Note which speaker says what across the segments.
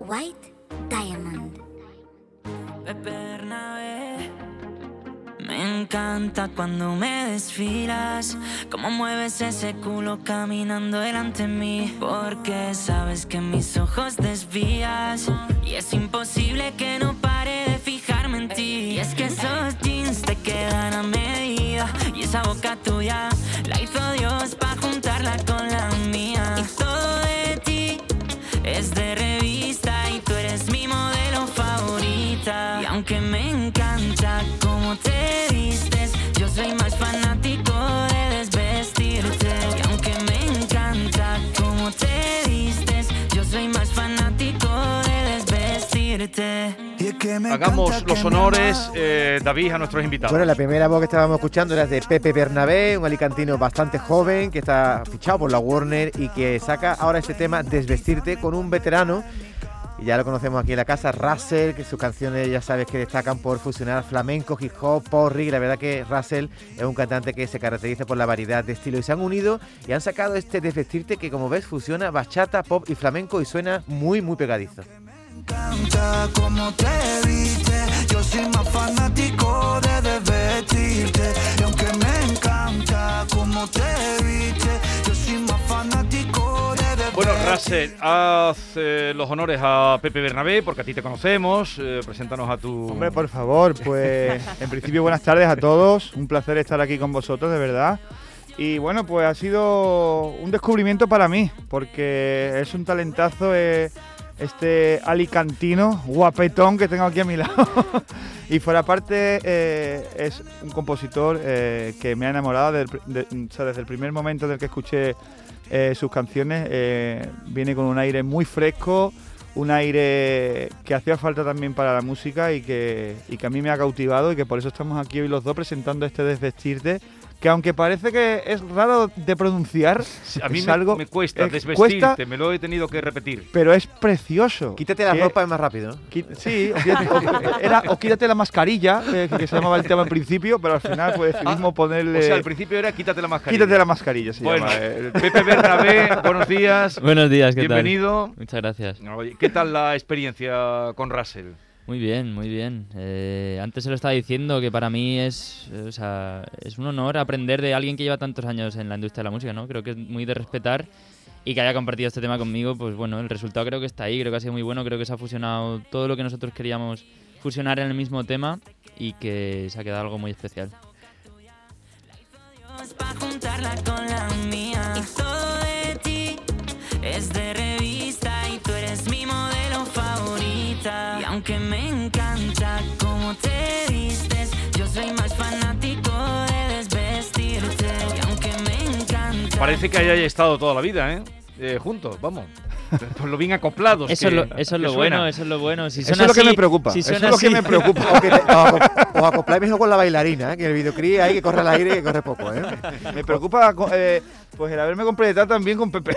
Speaker 1: White Diamond.
Speaker 2: Pepe Bernabé. Me encanta cuando me desfilas, cómo mueves ese culo caminando delante de mí, porque sabes que mis ojos desvías y es imposible que no pare de fijarme en ti. Y es que esos jeans te quedan a medida y esa boca tuya la hizo Dios para juntarla con la mía. Y todo de ti es de revista y tú eres mi modelo favorita. Y aunque me encanta cómo te vistes, yo soy más fanático de desvestirte. Y aunque me encanta cómo te vistes, yo soy más fanático de desvestirte.
Speaker 3: Hagamos los honores, eh, David, a nuestros invitados.
Speaker 4: Bueno, la primera voz que estábamos escuchando era de Pepe Bernabé, un alicantino bastante joven que está fichado por la Warner y que saca ahora este tema Desvestirte con un veterano. Y ya lo conocemos aquí en la casa, Russell, que sus canciones ya sabes que destacan por fusionar flamenco, hip hop, porri. La verdad que Russell es un cantante que se caracteriza por la variedad de estilos y se han unido y han sacado este Desvestirte que como ves fusiona bachata, pop y flamenco y suena muy muy pegadizo.
Speaker 5: encanta como te viste. Yo soy más fanático de desvestirte. Y aunque me encanta como te viste, yo soy más fanático de desvestirte.
Speaker 3: Bueno, Russell, haz eh, los honores a Pepe Bernabé, porque a ti te conocemos. eh, preséntanos a tu.
Speaker 6: Hombre, por favor, pues en principio buenas tardes a todos. Un placer estar aquí con vosotros, de verdad. Y bueno, pues ha sido un descubrimiento para mí, porque es un talentazo eh, este alicantino, guapetón que tengo aquí a mi lado. y fuera parte eh, es un compositor eh, que me ha enamorado del pr- de- o sea, desde el primer momento en el que escuché eh, sus canciones. eh, viene con un aire muy fresco, un aire que hacía falta también para la música y que, y que a mí me ha cautivado y que por eso estamos aquí hoy los dos presentando este Desvestirte, que aunque parece que es raro de pronunciar,
Speaker 3: A mí
Speaker 6: es
Speaker 3: me,
Speaker 6: algo,
Speaker 3: me cuesta
Speaker 6: es-
Speaker 3: desvestirte,
Speaker 6: cuesta,
Speaker 3: me lo he tenido que repetir.
Speaker 6: pero es precioso.
Speaker 4: Quítate la
Speaker 6: Que-
Speaker 4: ropa y más rápido. ¿no?
Speaker 6: qui- Sí, o quítate, o- era, o quítate la mascarilla, eh, que, que se llamaba el tema al principio, pero al final pues decidimos ponerle...
Speaker 3: O sea, al principio era quítate la mascarilla.
Speaker 6: Quítate la mascarilla, se
Speaker 3: Bueno,
Speaker 6: llama. eh, el-
Speaker 3: Pepe Bernabé, buenos días.
Speaker 7: Buenos días, ¿qué
Speaker 3: Bienvenido.
Speaker 7: tal? Muchas gracias.
Speaker 3: Oye, ¿Qué tal la experiencia con Russell?
Speaker 7: Muy bien, muy bien. Eh, antes se lo estaba diciendo que para mí es, eh, o sea, es un honor aprender de alguien que lleva tantos años en la industria de la música, ¿no? Creo que es muy de respetar y que haya compartido este tema conmigo, pues bueno, el resultado creo que está ahí, creo que ha sido muy bueno, creo que se ha fusionado todo lo que nosotros queríamos fusionar en el mismo tema y que se ha quedado algo muy especial.
Speaker 2: Pa' juntarla con la mía. Y todo de ti es de revista y tú eres mi modelo favorita. Y aunque me encanta cómo te vistes, yo soy más fanático de desvestirte. Y aunque me encanta.
Speaker 3: Parece que hayáis estado toda la vida, ¿eh? Eh, juntos, vamos. Por lo bien
Speaker 6: Pues
Speaker 3: acoplados.
Speaker 7: Eso es
Speaker 3: que-
Speaker 7: lo, eso es
Speaker 3: que
Speaker 7: lo
Speaker 3: suena.
Speaker 7: bueno, eso es lo bueno. Si
Speaker 6: Eso es
Speaker 7: suena
Speaker 6: lo que
Speaker 7: así-
Speaker 6: me preocupa.
Speaker 7: si
Speaker 6: eso es
Speaker 7: suena
Speaker 6: lo que
Speaker 7: así-
Speaker 6: me preocupa.
Speaker 4: O que te- os, aco- os acopláis mejor con la bailarina, ¿eh? que en el videoclip hay que corre al aire y que corre poco. ¿eh?
Speaker 6: Me preocupa co- eh, pues el haberme completado también con Pepe.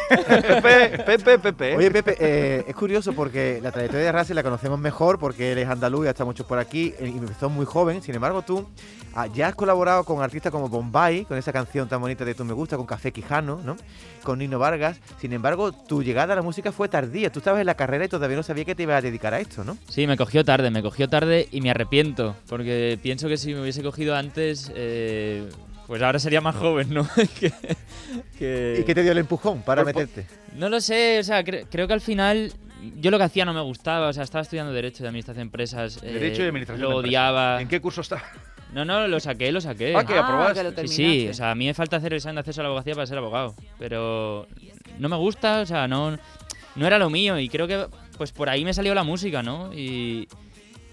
Speaker 6: Pepe, Pepe, Pepe.
Speaker 4: Oye, Pepe, eh, es curioso porque la trayectoria de Russell la conocemos mejor porque él es andaluz, ya está mucho por aquí eh, y empezó muy joven. Sin embargo, tú ah, ya has colaborado con artistas como Bombay, con esa canción tan bonita de Tú Me Gusta, con Café Quijano, ¿no? con Nino Vargas. Sin embargo, tu llegada a la música fue tardía. Tú estabas en la carrera y todavía no sabías que te ibas a dedicar a esto, ¿no?
Speaker 7: Sí, me cogió tarde, me cogió tarde y me arrepiento, porque pienso que si me hubiese cogido antes, eh, pues ahora sería más joven, ¿no? Que- que-
Speaker 4: ¿Y qué te dio el empujón para
Speaker 3: por-
Speaker 4: meterte?
Speaker 7: No lo sé, o sea, cre- creo que al final yo lo que hacía no me gustaba, o sea, estaba estudiando Derecho de Administración de Empresas. eh,
Speaker 3: Derecho y administración.
Speaker 7: Lo
Speaker 3: de empresas.
Speaker 7: odiaba.
Speaker 3: ¿En qué curso está?
Speaker 7: No, no, lo saqué, Eh, lo saqué.
Speaker 3: Ah, que aprobaste.
Speaker 7: Pues, Sí, sí, o sea, a mí me falta hacer el examen de acceso a la abogacía para ser abogado, pero no me gusta, o sea, no, no era lo mío y creo que pues por ahí me salió la música, ¿no? Y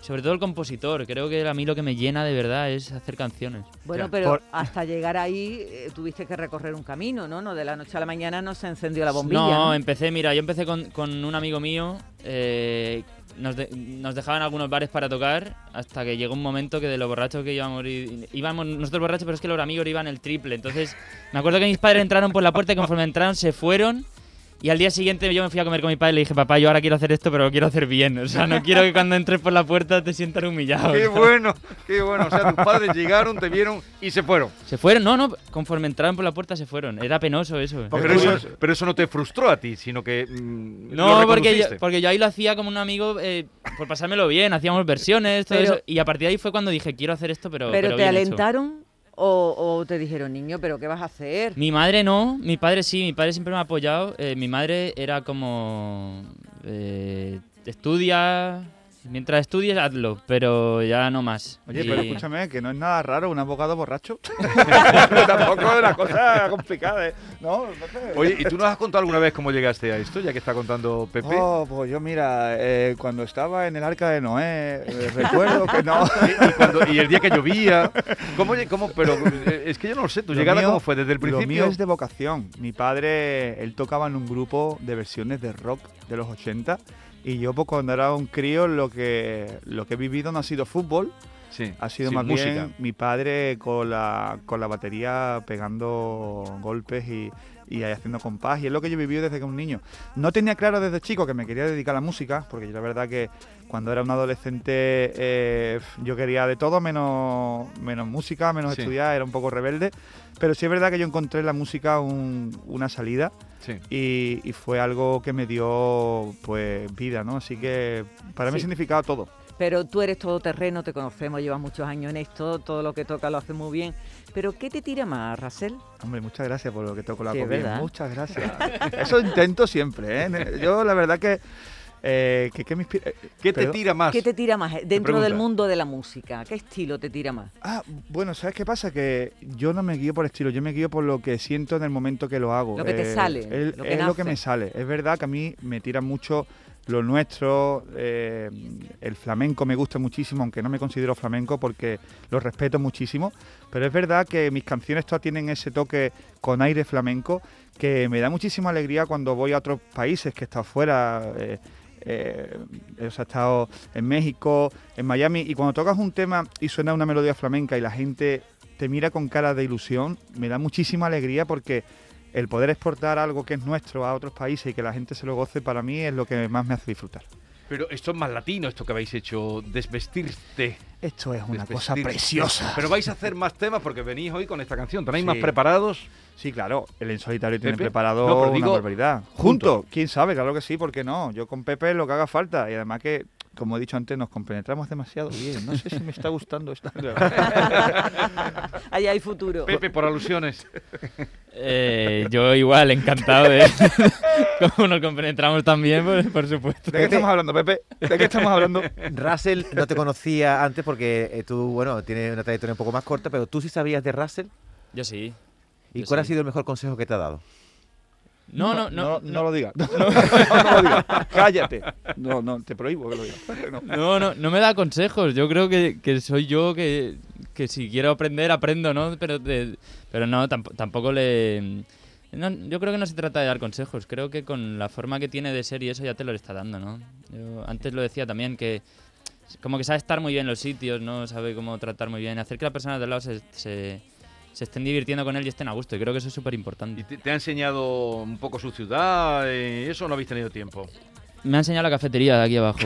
Speaker 7: sobre todo el compositor, creo que a mí lo que me llena de verdad es hacer canciones.
Speaker 8: Bueno,
Speaker 3: Ya,
Speaker 8: pero
Speaker 6: por-
Speaker 8: hasta llegar ahí eh, tuviste que recorrer un camino, ¿no? No de la noche a la mañana no se encendió la bombilla.
Speaker 7: No,
Speaker 8: ¿no?
Speaker 7: empecé, mira, yo empecé con, con un amigo mío, eh, nos, de- nos dejaban algunos bares para tocar hasta que llegó un momento que de los borrachos que íbamos, y- íbamos nosotros borrachos, pero es que los amigos iban el triple, entonces me acuerdo que mis padres entraron por la puerta y conforme entraron se fueron Y al día siguiente yo me fui a comer con mi padre y le dije, papá, yo ahora quiero hacer esto, pero lo quiero hacer bien. O sea, no quiero que cuando entres por la puerta te sientan humillado.
Speaker 3: Qué bueno, qué bueno. O sea, tus padres llegaron, te vieron y se fueron.
Speaker 7: Se fueron, no, no, conforme entraron por la puerta se fueron. Era penoso eso.
Speaker 3: Pero eso, pero eso no te frustró a ti, sino que. mm,
Speaker 7: No,
Speaker 3: lo
Speaker 7: porque yo,
Speaker 3: reconociste.
Speaker 7: porque yo ahí lo hacía como un amigo eh, por pasármelo bien, hacíamos versiones, todo
Speaker 8: Pero-
Speaker 7: eso. Y a partir de ahí fue cuando dije, quiero hacer esto, pero.
Speaker 8: ¿Pero te
Speaker 7: bien hecho".
Speaker 8: alentaron o, o te dijeron, niño, pero qué vas a hacer?
Speaker 7: Mi madre no, mi padre sí, mi padre siempre me ha apoyado. Eh, mi madre era como. eh, estudia. Mientras estudies, hazlo, pero ya no más.
Speaker 6: Oye,
Speaker 7: Y-
Speaker 6: pero escúchame, que no es nada raro un abogado borracho. Tampoco es una cosa complicada, ¿eh? ¿No? Pepe?
Speaker 3: Oye, ¿y tú nos has contado alguna vez cómo llegaste a esto, ya que está contando Pepe?
Speaker 6: Oh, pues yo mira, eh, cuando estaba en el arca de Noé, eh, recuerdo que no.
Speaker 3: ¿Eh? Y, cuando- y el día que llovía. ¿Cómo, lle- cómo- pero eh, es que yo no lo sé, tu
Speaker 6: Lo
Speaker 3: llegada
Speaker 6: mío-
Speaker 3: cómo fue desde el
Speaker 6: Lo mío
Speaker 3: principio.
Speaker 6: es de vocación. Mi padre, él tocaba en un grupo de versiones de rock de los 80 y yo pues cuando era un crío lo que, lo que he vivido no ha sido fútbol,
Speaker 3: Sí,
Speaker 6: ha sido
Speaker 3: sí,
Speaker 6: más
Speaker 3: música.
Speaker 6: bien mi padre con la, con la batería pegando golpes y, y ahí haciendo compás. Y es lo que yo viví desde que era un niño. No tenía claro desde chico que me quería dedicar a la música, porque yo la verdad que cuando era un adolescente eh, yo quería de todo menos, menos música, menos
Speaker 3: Sí.
Speaker 6: estudiar, era un poco rebelde. Pero sí es verdad que yo encontré en la música un- una salida
Speaker 3: Sí.
Speaker 6: y, y fue algo que me dio pues vida, ¿no? Así que para mí
Speaker 8: Sí.
Speaker 6: significaba todo.
Speaker 8: Pero tú eres todoterreno, te conocemos, llevas muchos años en esto, todo lo que toca lo haces muy bien. ¿Pero qué te tira más, Racel?
Speaker 6: Hombre, muchas gracias por lo que toco la
Speaker 8: Sí, es
Speaker 6: comida.
Speaker 8: verdad.
Speaker 6: Muchas gracias. Eso intento siempre, ¿eh? Yo la verdad que... eh, que, que me inspira- eh,
Speaker 3: ¿Qué te
Speaker 6: perdón.
Speaker 3: tira más?
Speaker 8: ¿Qué te tira más eh, dentro del
Speaker 3: Ah, pregunta.
Speaker 8: mundo de la música? ¿Qué estilo te tira más?
Speaker 6: Ah, bueno, ¿sabes qué pasa? Que yo no me guío por estilo, yo me guío por lo que siento en el momento que lo hago. Eh,
Speaker 8: Lo que te sale,
Speaker 6: Es
Speaker 8: lo
Speaker 6: lo
Speaker 8: que
Speaker 6: que, es lo que
Speaker 8: nace.
Speaker 6: me sale. Es verdad que a mí me tira mucho lo nuestro, eh, el flamenco me gusta muchísimo, aunque no me considero flamenco porque lo respeto muchísimo, pero es verdad que mis canciones todas tienen ese toque con aire flamenco que me da muchísima alegría cuando voy a otros países que están fuera. eh, eh, o sea, he estado en México, en Miami, y cuando tocas un tema y suena una melodía flamenca y la gente te mira con cara de ilusión, me da muchísima alegría porque el poder exportar algo que es nuestro a otros países y que la gente se lo goce para mí es lo que más me hace disfrutar.
Speaker 3: Pero esto es más latino, esto que habéis hecho, desvestirte.
Speaker 6: Esto es una cosa
Speaker 3: desvestirte.
Speaker 6: preciosa.
Speaker 3: Pero vais a hacer más temas porque venís hoy con esta canción. ¿Tenéis
Speaker 6: Sí.
Speaker 3: más preparados?
Speaker 6: Sí, claro, el en solitario tiene
Speaker 3: Pepe.
Speaker 6: preparado
Speaker 3: No, pero digo,
Speaker 6: una barbaridad.
Speaker 3: juntos.
Speaker 6: Juntos, quién sabe, claro que sí, porque no. Yo con Pepe lo que haga falta. Y además que, como he dicho antes, nos compenetramos demasiado bien. No sé si me está gustando esta.
Speaker 8: Allá hay futuro.
Speaker 3: Pepe, por alusiones.
Speaker 7: Eh, yo igual, encantado de. Como nos compenetramos también, por, por supuesto.
Speaker 6: ¿De qué estamos hablando, Pepe? ¿De qué estamos hablando?
Speaker 4: Russell no te conocía antes porque eh, tú, bueno, tienes una trayectoria un poco más corta, pero tú sí sabías de Russell.
Speaker 7: Yo sí.
Speaker 4: ¿Y
Speaker 7: Yo
Speaker 4: cuál ha
Speaker 7: sí.
Speaker 4: sido el mejor consejo que te ha dado?
Speaker 7: No, no,
Speaker 6: No,
Speaker 7: no.
Speaker 6: no lo digas. No, no, no lo digas. Cállate. No, no, te prohíbo que lo digas. No.
Speaker 7: No, no, no me da consejos. Yo creo que, que soy yo que, que si quiero aprender, aprendo, ¿no? Pero, de- pero no, tamp- tampoco le... mm, no, yo creo que no se trata de dar consejos. Creo que con la forma que tiene de ser y eso ya te lo está dando, ¿no? Yo antes lo decía también que como que sabe estar muy bien en los sitios, ¿no? Sabe cómo tratar muy bien. Hacer que las personas de al lado se, se, se estén divirtiendo con él y estén a gusto. Y creo que eso es súper
Speaker 3: ¿Y
Speaker 7: importante.
Speaker 3: te, te ha enseñado un poco su ciudad? eh, ¿Eso no habéis tenido tiempo?
Speaker 7: Me ha enseñado la cafetería de aquí abajo.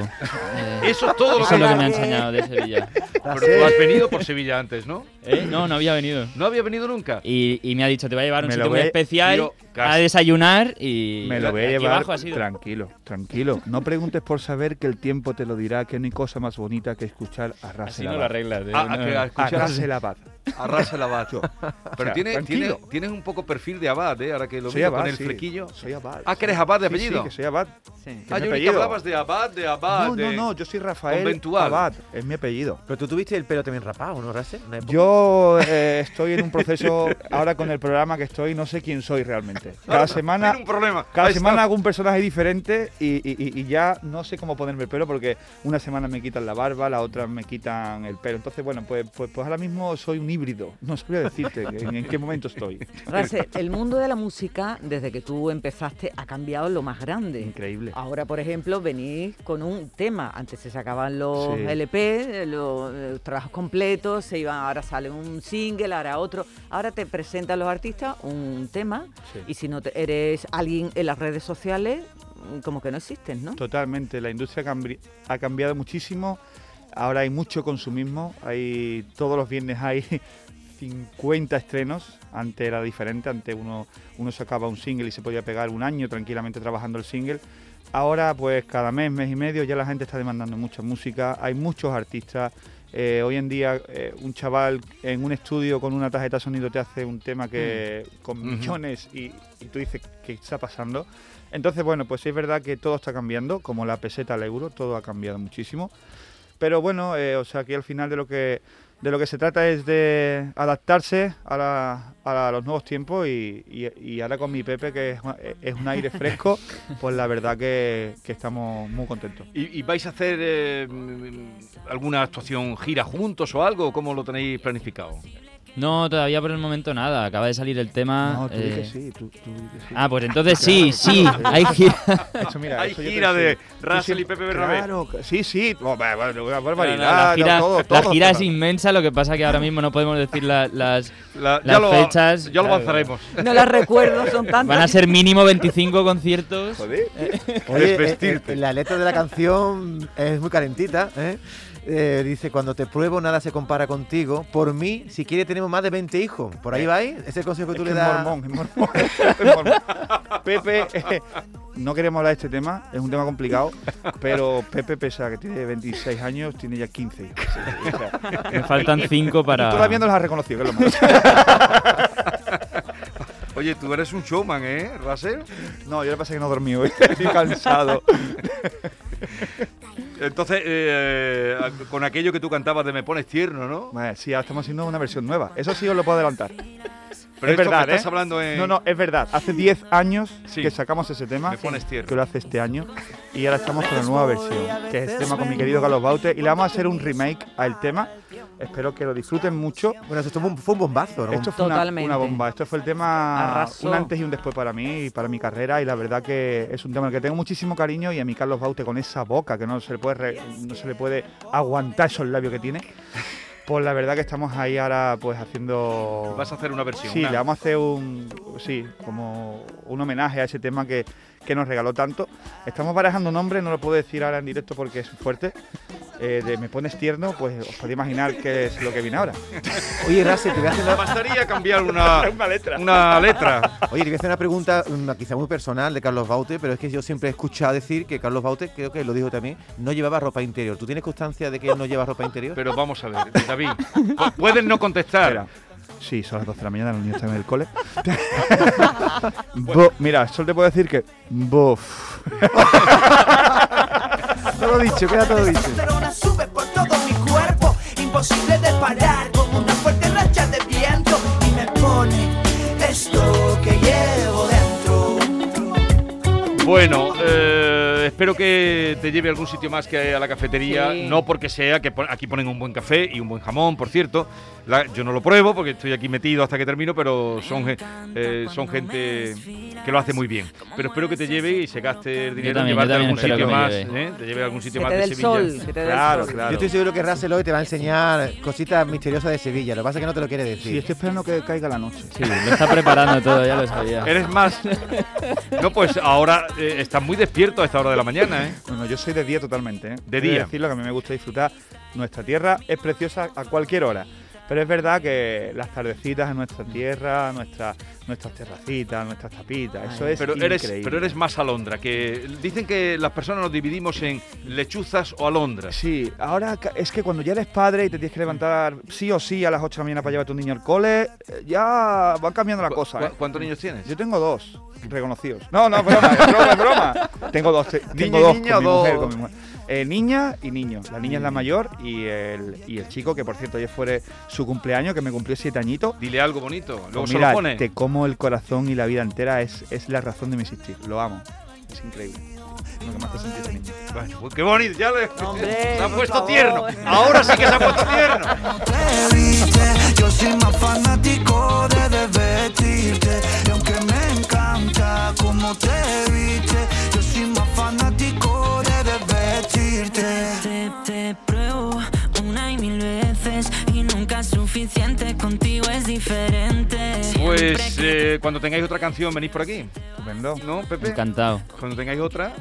Speaker 7: Eh,
Speaker 3: Eso es todo lo
Speaker 7: eso
Speaker 3: que...
Speaker 7: es lo que me ha enseñado de Sevilla.
Speaker 3: Pero tú has venido por Sevilla antes, ¿no?
Speaker 7: ¿Eh? No, no había venido.
Speaker 3: No había venido nunca.
Speaker 6: Eh,
Speaker 7: Y, y me ha dicho, te va a llevar a un
Speaker 6: Me lo
Speaker 7: sitio muy
Speaker 6: voy-
Speaker 7: especial
Speaker 3: yo
Speaker 7: a
Speaker 3: casi-
Speaker 7: desayunar y...
Speaker 6: Me lo voy a
Speaker 7: aquí
Speaker 6: llevar.
Speaker 7: abajo ha sido.
Speaker 6: Tranquilo, tranquilo. No preguntes por saber que el tiempo te lo dirá, que no hay cosa más bonita que escuchar a
Speaker 7: Así
Speaker 6: Russell
Speaker 7: no
Speaker 6: Abad.
Speaker 7: lo arreglas. eh,
Speaker 3: Ah,
Speaker 7: no,
Speaker 3: ah, que
Speaker 7: no.
Speaker 3: a
Speaker 6: A
Speaker 3: escuchar
Speaker 6: Russell Abad.
Speaker 3: Arrasa el abad. Pero
Speaker 6: sea,
Speaker 3: tiene, tiene-
Speaker 6: tranquilo.
Speaker 3: tienes un poco perfil de abad, ¿eh? Ahora que lo
Speaker 6: Soy
Speaker 3: veo
Speaker 6: abad,
Speaker 3: con el
Speaker 6: sí.
Speaker 3: flequillo.
Speaker 6: Soy abad.
Speaker 3: Ah, que
Speaker 6: sí.
Speaker 3: eres abad de
Speaker 6: Sí,
Speaker 3: apellido.
Speaker 6: Sí, que soy abad.
Speaker 8: Sí.
Speaker 3: Ah, yo
Speaker 6: mi
Speaker 3: vi que
Speaker 6: apellido.
Speaker 3: hablabas de abad, de abad.
Speaker 6: no, no,
Speaker 3: de-
Speaker 6: no, yo soy Rafael
Speaker 3: conventual.
Speaker 6: Abad, es mi apellido.
Speaker 4: Pero tú tuviste el pelo también rapado, ¿no, Russell? Una época.
Speaker 6: Yo eh, estoy en un proceso ahora con el programa que estoy, no sé quién soy realmente. Cada semana,
Speaker 3: Tiene un problema.
Speaker 6: cada
Speaker 3: Ahí está.
Speaker 6: semana hago un personaje diferente y, y- y- y ya no sé cómo ponerme el pelo porque una semana me quitan la barba, la otra me quitan el pelo. Entonces, bueno, pues, pues, pues ahora mismo soy un híbrido. No sabría decirte que- en, en qué momento estoy.
Speaker 8: Rase, el mundo de la música, desde que tú empezaste, ha cambiado lo más grande.
Speaker 6: Increíble.
Speaker 8: Ahora, por ejemplo, venís con un tema. Antes se sacaban los
Speaker 6: Sí.
Speaker 8: LP, eh, los eh, trabajos completos, se iban, ahora sale un single, ahora otro. Ahora te presentan los artistas un tema
Speaker 6: Sí.
Speaker 8: y si no te- eres alguien en las redes sociales, mm, como que no existen, ¿no?
Speaker 6: Totalmente, la industria cambri- ha cambiado muchísimo. Ahora hay mucho consumismo, hay todos los viernes hay 50 estrenos. Antes era diferente, antes uno, uno sacaba un single y se podía pegar un año tranquilamente trabajando el single. Ahora pues cada mes, mes y medio ya la gente está demandando mucha música, hay muchos artistas. Eh, hoy en día eh, un chaval en un estudio con una tarjeta de sonido te hace un tema que con
Speaker 3: Ujú.
Speaker 6: millones y, y tú dices qué está pasando. Entonces, bueno, pues sí es verdad que todo está cambiando, como la peseta al euro, todo ha cambiado muchísimo. Pero bueno, eh, o sea, que al final de lo que, de lo que se trata es de adaptarse a, la- a la- a los nuevos tiempos y, y- y ahora con mi Pepe, que es, eh, es un aire fresco, pues la verdad que, que estamos muy contentos.
Speaker 3: ¿Y, y vais a hacer eh, mm, alguna actuación gira juntos o algo? ¿Cómo lo tenéis planificado?
Speaker 7: No, todavía por el momento nada. Acaba de salir el tema.
Speaker 6: No, tú di que
Speaker 7: eh,
Speaker 6: sí, tú, tú di que sí. Ah,
Speaker 7: Ah, pues entonces sí, sí. Hay gira.
Speaker 6: Eso, mira,
Speaker 3: Hay
Speaker 6: eso yo te
Speaker 3: gira
Speaker 6: lo
Speaker 3: de
Speaker 6: sé. Tú
Speaker 3: Russell y
Speaker 6: siempre-
Speaker 3: Pepe Bernabé.
Speaker 6: Claro, que- sí, sí, bueno, bueno, una
Speaker 7: No, no,
Speaker 6: barbaridad,
Speaker 7: la gira,
Speaker 6: todo,
Speaker 7: la
Speaker 6: todo
Speaker 7: gira es
Speaker 6: cerrado.
Speaker 7: inmensa, lo que pasa que ahora mismo no podemos decir la- las...
Speaker 3: La-
Speaker 7: Las
Speaker 3: lo,
Speaker 7: fechas,
Speaker 3: Ya lo
Speaker 7: claro.
Speaker 3: avanzaremos.
Speaker 8: No las recuerdo, son tantas.
Speaker 7: Van a ser mínimo 25 conciertos.
Speaker 6: Joder.
Speaker 4: Oye, eh,
Speaker 3: Desvestirte.
Speaker 4: eh, la letra de la canción es muy calentita, ¿eh? Eh, dice, cuando te pruebo nada se compara contigo. Por mí, si quiere tenemos más de 20 hijos. ¿Por ahí vais? Ese es el consejo que tú
Speaker 6: Eh, Es que
Speaker 4: le
Speaker 6: es
Speaker 4: das.
Speaker 6: mormón, es mormón, es mormón. Pepe, eh, no queremos hablar de este tema, es un tema complicado, pero Pepe pesa que tiene 26 años, tiene ya 15. hijos. O sea,
Speaker 7: Me faltan 5 para...
Speaker 3: Ah.
Speaker 6: Todavía no los ha reconocido, que es lo malo.
Speaker 3: Oye, tú eres un showman, ¿eh, Russell?
Speaker 6: No, yo le pasa que no dormí hoy, estoy cansado.
Speaker 3: Entonces, eh, a- con aquello que tú cantabas de Me pones tierno, ¿no?
Speaker 6: Bueno, sí, ahora estamos haciendo una versión nueva, eso sí os lo puedo adelantar.
Speaker 3: Pero
Speaker 6: es
Speaker 3: esto que
Speaker 6: verdad,
Speaker 3: estás
Speaker 6: ¿eh?
Speaker 3: hablando en...
Speaker 6: No, no, es verdad, hace 10 años
Speaker 3: Sí.
Speaker 6: que sacamos ese tema,
Speaker 3: Me pones tierno.
Speaker 6: que lo hace este año, y ahora estamos con la nueva versión, que es el tema con mi querido Carlos Baute, y le vamos a hacer un remake al tema. Espero que lo disfruten mucho.
Speaker 4: Bueno, esto fue un, fue un bombazo, ¿no?
Speaker 6: Esto fue una-
Speaker 8: Totalmente.
Speaker 6: Una, bomba. Esto fue el tema
Speaker 8: Arrasó.
Speaker 6: un antes y un después para mí y para mi carrera. Y la verdad que es un tema al que tengo muchísimo cariño. Y a mi Carlos Baute con esa boca que no se le puede, re- no se le puede aguantar esos labios que tiene. Pues la verdad que estamos ahí ahora pues haciendo...
Speaker 3: Vas a hacer una versión.
Speaker 6: Sí,
Speaker 3: una-
Speaker 6: le vamos a hacer un, sí, como un homenaje a ese tema que, que nos regaló tanto. Estamos barajando nombres, no lo puedo decir ahora en directo porque es fuerte. Eh, de Me Pones Tierno, pues os podéis imaginar qué es lo que viene ahora.
Speaker 4: Oye, Rase, te voy a hacer una,
Speaker 3: Bastaría cambiar una,
Speaker 6: Una letra.
Speaker 3: una letra.
Speaker 4: Oye, te voy a hacer una pregunta mm, quizá muy personal de Carlos Baute, pero es que yo siempre he escuchado decir que Carlos Baute, creo que lo dijo también, no llevaba ropa interior. ¿Tú tienes constancia de que él no lleva ropa interior?
Speaker 3: Pero vamos a ver, David, pu- puedes no contestar.
Speaker 6: Espera. Sí, son las 12 de la mañana, los niños están en el cole. Bo- mira, solo te puedo decir que. Bof.
Speaker 4: todo dicho, queda todo dicho.
Speaker 9: testosterona sube por todo mi cuerpo Imposible de parar como una fuerte racha de viento Y me pone esto que llevo dentro
Speaker 3: Bueno, eh, espero que te lleve a algún sitio más que a la cafetería.
Speaker 8: Sí.
Speaker 3: No porque sea que pon- aquí ponen un buen café y un buen jamón, por cierto. La- yo no lo pruebo porque estoy aquí metido hasta que termino, pero son, ge- eh, son gente que lo hace muy bien. Pero espero que te lleve y se gaste el dinero en
Speaker 7: también, yo
Speaker 3: llevarte a algún
Speaker 7: también
Speaker 3: sitio
Speaker 7: espero
Speaker 3: más.
Speaker 7: que me
Speaker 3: ¿eh? Te lleve a algún sitio
Speaker 8: Que
Speaker 3: más
Speaker 8: te dé
Speaker 3: de
Speaker 8: el
Speaker 3: Sevilla.
Speaker 8: sol, que te dé el
Speaker 6: Claro,
Speaker 8: sol.
Speaker 6: claro.
Speaker 4: Yo estoy seguro que Russell hoy te va a enseñar cositas misteriosas de Sevilla. Lo que pasa es que no te lo quiere
Speaker 6: Sí,
Speaker 4: decir.
Speaker 6: estoy esperando que caiga la noche.
Speaker 7: Sí, lo está preparando todo, ya lo sabía.
Speaker 3: Eres más. No, pues ahora eh, estás muy despierto a esta hora de la mañana, ¿eh?
Speaker 6: Bueno, yo soy de día totalmente. ¿eh?
Speaker 3: De
Speaker 6: He
Speaker 3: día.
Speaker 6: decirlo que a mí me gusta disfrutar. Nuestra tierra es preciosa a cualquier hora. Pero es verdad que las tardecitas en nuestra tierra, nuestra, nuestras terracitas, nuestras tapitas, eso
Speaker 8: Ay,
Speaker 6: es
Speaker 3: Pero eres,
Speaker 6: increíble.
Speaker 3: pero eres más alondra, que dicen que las personas nos dividimos en lechuzas o alondras.
Speaker 6: Sí, ahora ca- es que cuando ya eres padre y te tienes que levantar sí o sí a las 8 de la mañana para llevar a tu niño al cole, eh, ya va cambiando la
Speaker 3: ¿Cu-
Speaker 6: cosa.
Speaker 3: cu-
Speaker 6: ¿eh?
Speaker 3: ¿Cuántos niños tienes?
Speaker 6: Yo tengo dos reconocidos. No, no, es broma, es broma, es broma. Tengo dos, te- tengo dos,
Speaker 3: niña
Speaker 6: con mi
Speaker 3: o
Speaker 6: mujer,
Speaker 3: dos?
Speaker 6: con mi mujer. Eh, niña y niño. La niña es la mayor y el, y el chico, que por cierto ayer fue su cumpleaños, que me cumplió siete añitos.
Speaker 3: Dile algo bonito, luego
Speaker 6: Pues
Speaker 3: se
Speaker 6: mira,
Speaker 3: lo pone.
Speaker 6: te como el corazón y la vida entera es, es la razón de mi existir. Lo amo. Es increíble. lo que más te sentís tú mismo.
Speaker 3: Bueno, pues qué bonito, ya le,
Speaker 8: Hombre,
Speaker 3: se ha
Speaker 8: por
Speaker 3: puesto
Speaker 8: favor.
Speaker 3: tierno. Ahora sí que se ha puesto tierno.
Speaker 5: te viste. Yo soy más fanático de desvestirte. Y aunque me encanta como te viste, yo soy más fanático de desvestirte.
Speaker 2: Te, te pruebo una y mil veces y nunca es suficiente, contigo es diferente.
Speaker 3: Pues eh, cuando tengáis otra canción, venís por aquí.
Speaker 6: Estupendo.
Speaker 3: ¿No, Pepe?
Speaker 7: Encantado.
Speaker 3: Cuando tengáis otra,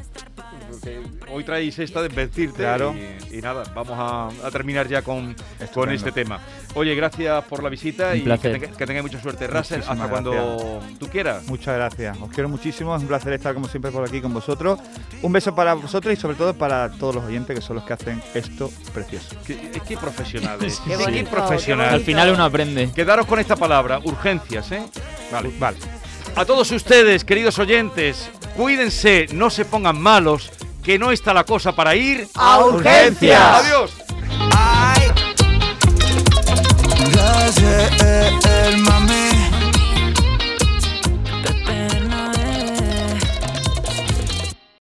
Speaker 3: porque hoy traéis esta de vestirte.
Speaker 6: Claro.
Speaker 3: Y, y nada, vamos a, a terminar ya con, con
Speaker 6: Estupendo.
Speaker 3: este tema. Oye, gracias por la visita
Speaker 7: Un
Speaker 3: y que,
Speaker 7: placer.
Speaker 3: tenga- que tengáis mucha suerte, Russell,
Speaker 6: Muchísimas
Speaker 3: hasta cuando tú quieras.
Speaker 6: Muchas gracias. Os quiero muchísimo. Es un placer estar como siempre por aquí con vosotros. Un beso para vosotros y sobre todo para todos los oyentes que son los que hacen esto precioso.
Speaker 3: Que- Es que profesionales.
Speaker 7: Sí,
Speaker 3: es
Speaker 7: sí.
Speaker 3: que
Speaker 7: Al
Speaker 3: profesionales.
Speaker 7: final uno aprende.
Speaker 3: Quedaros con esta palabra, urgencias, ¿eh?
Speaker 6: Vale, vale.
Speaker 3: A todos ustedes, queridos oyentes, cuídense, no se pongan malos, que no está la cosa para ir
Speaker 8: ¡A urgencias!
Speaker 3: Adiós.
Speaker 5: Ah,
Speaker 6: eh,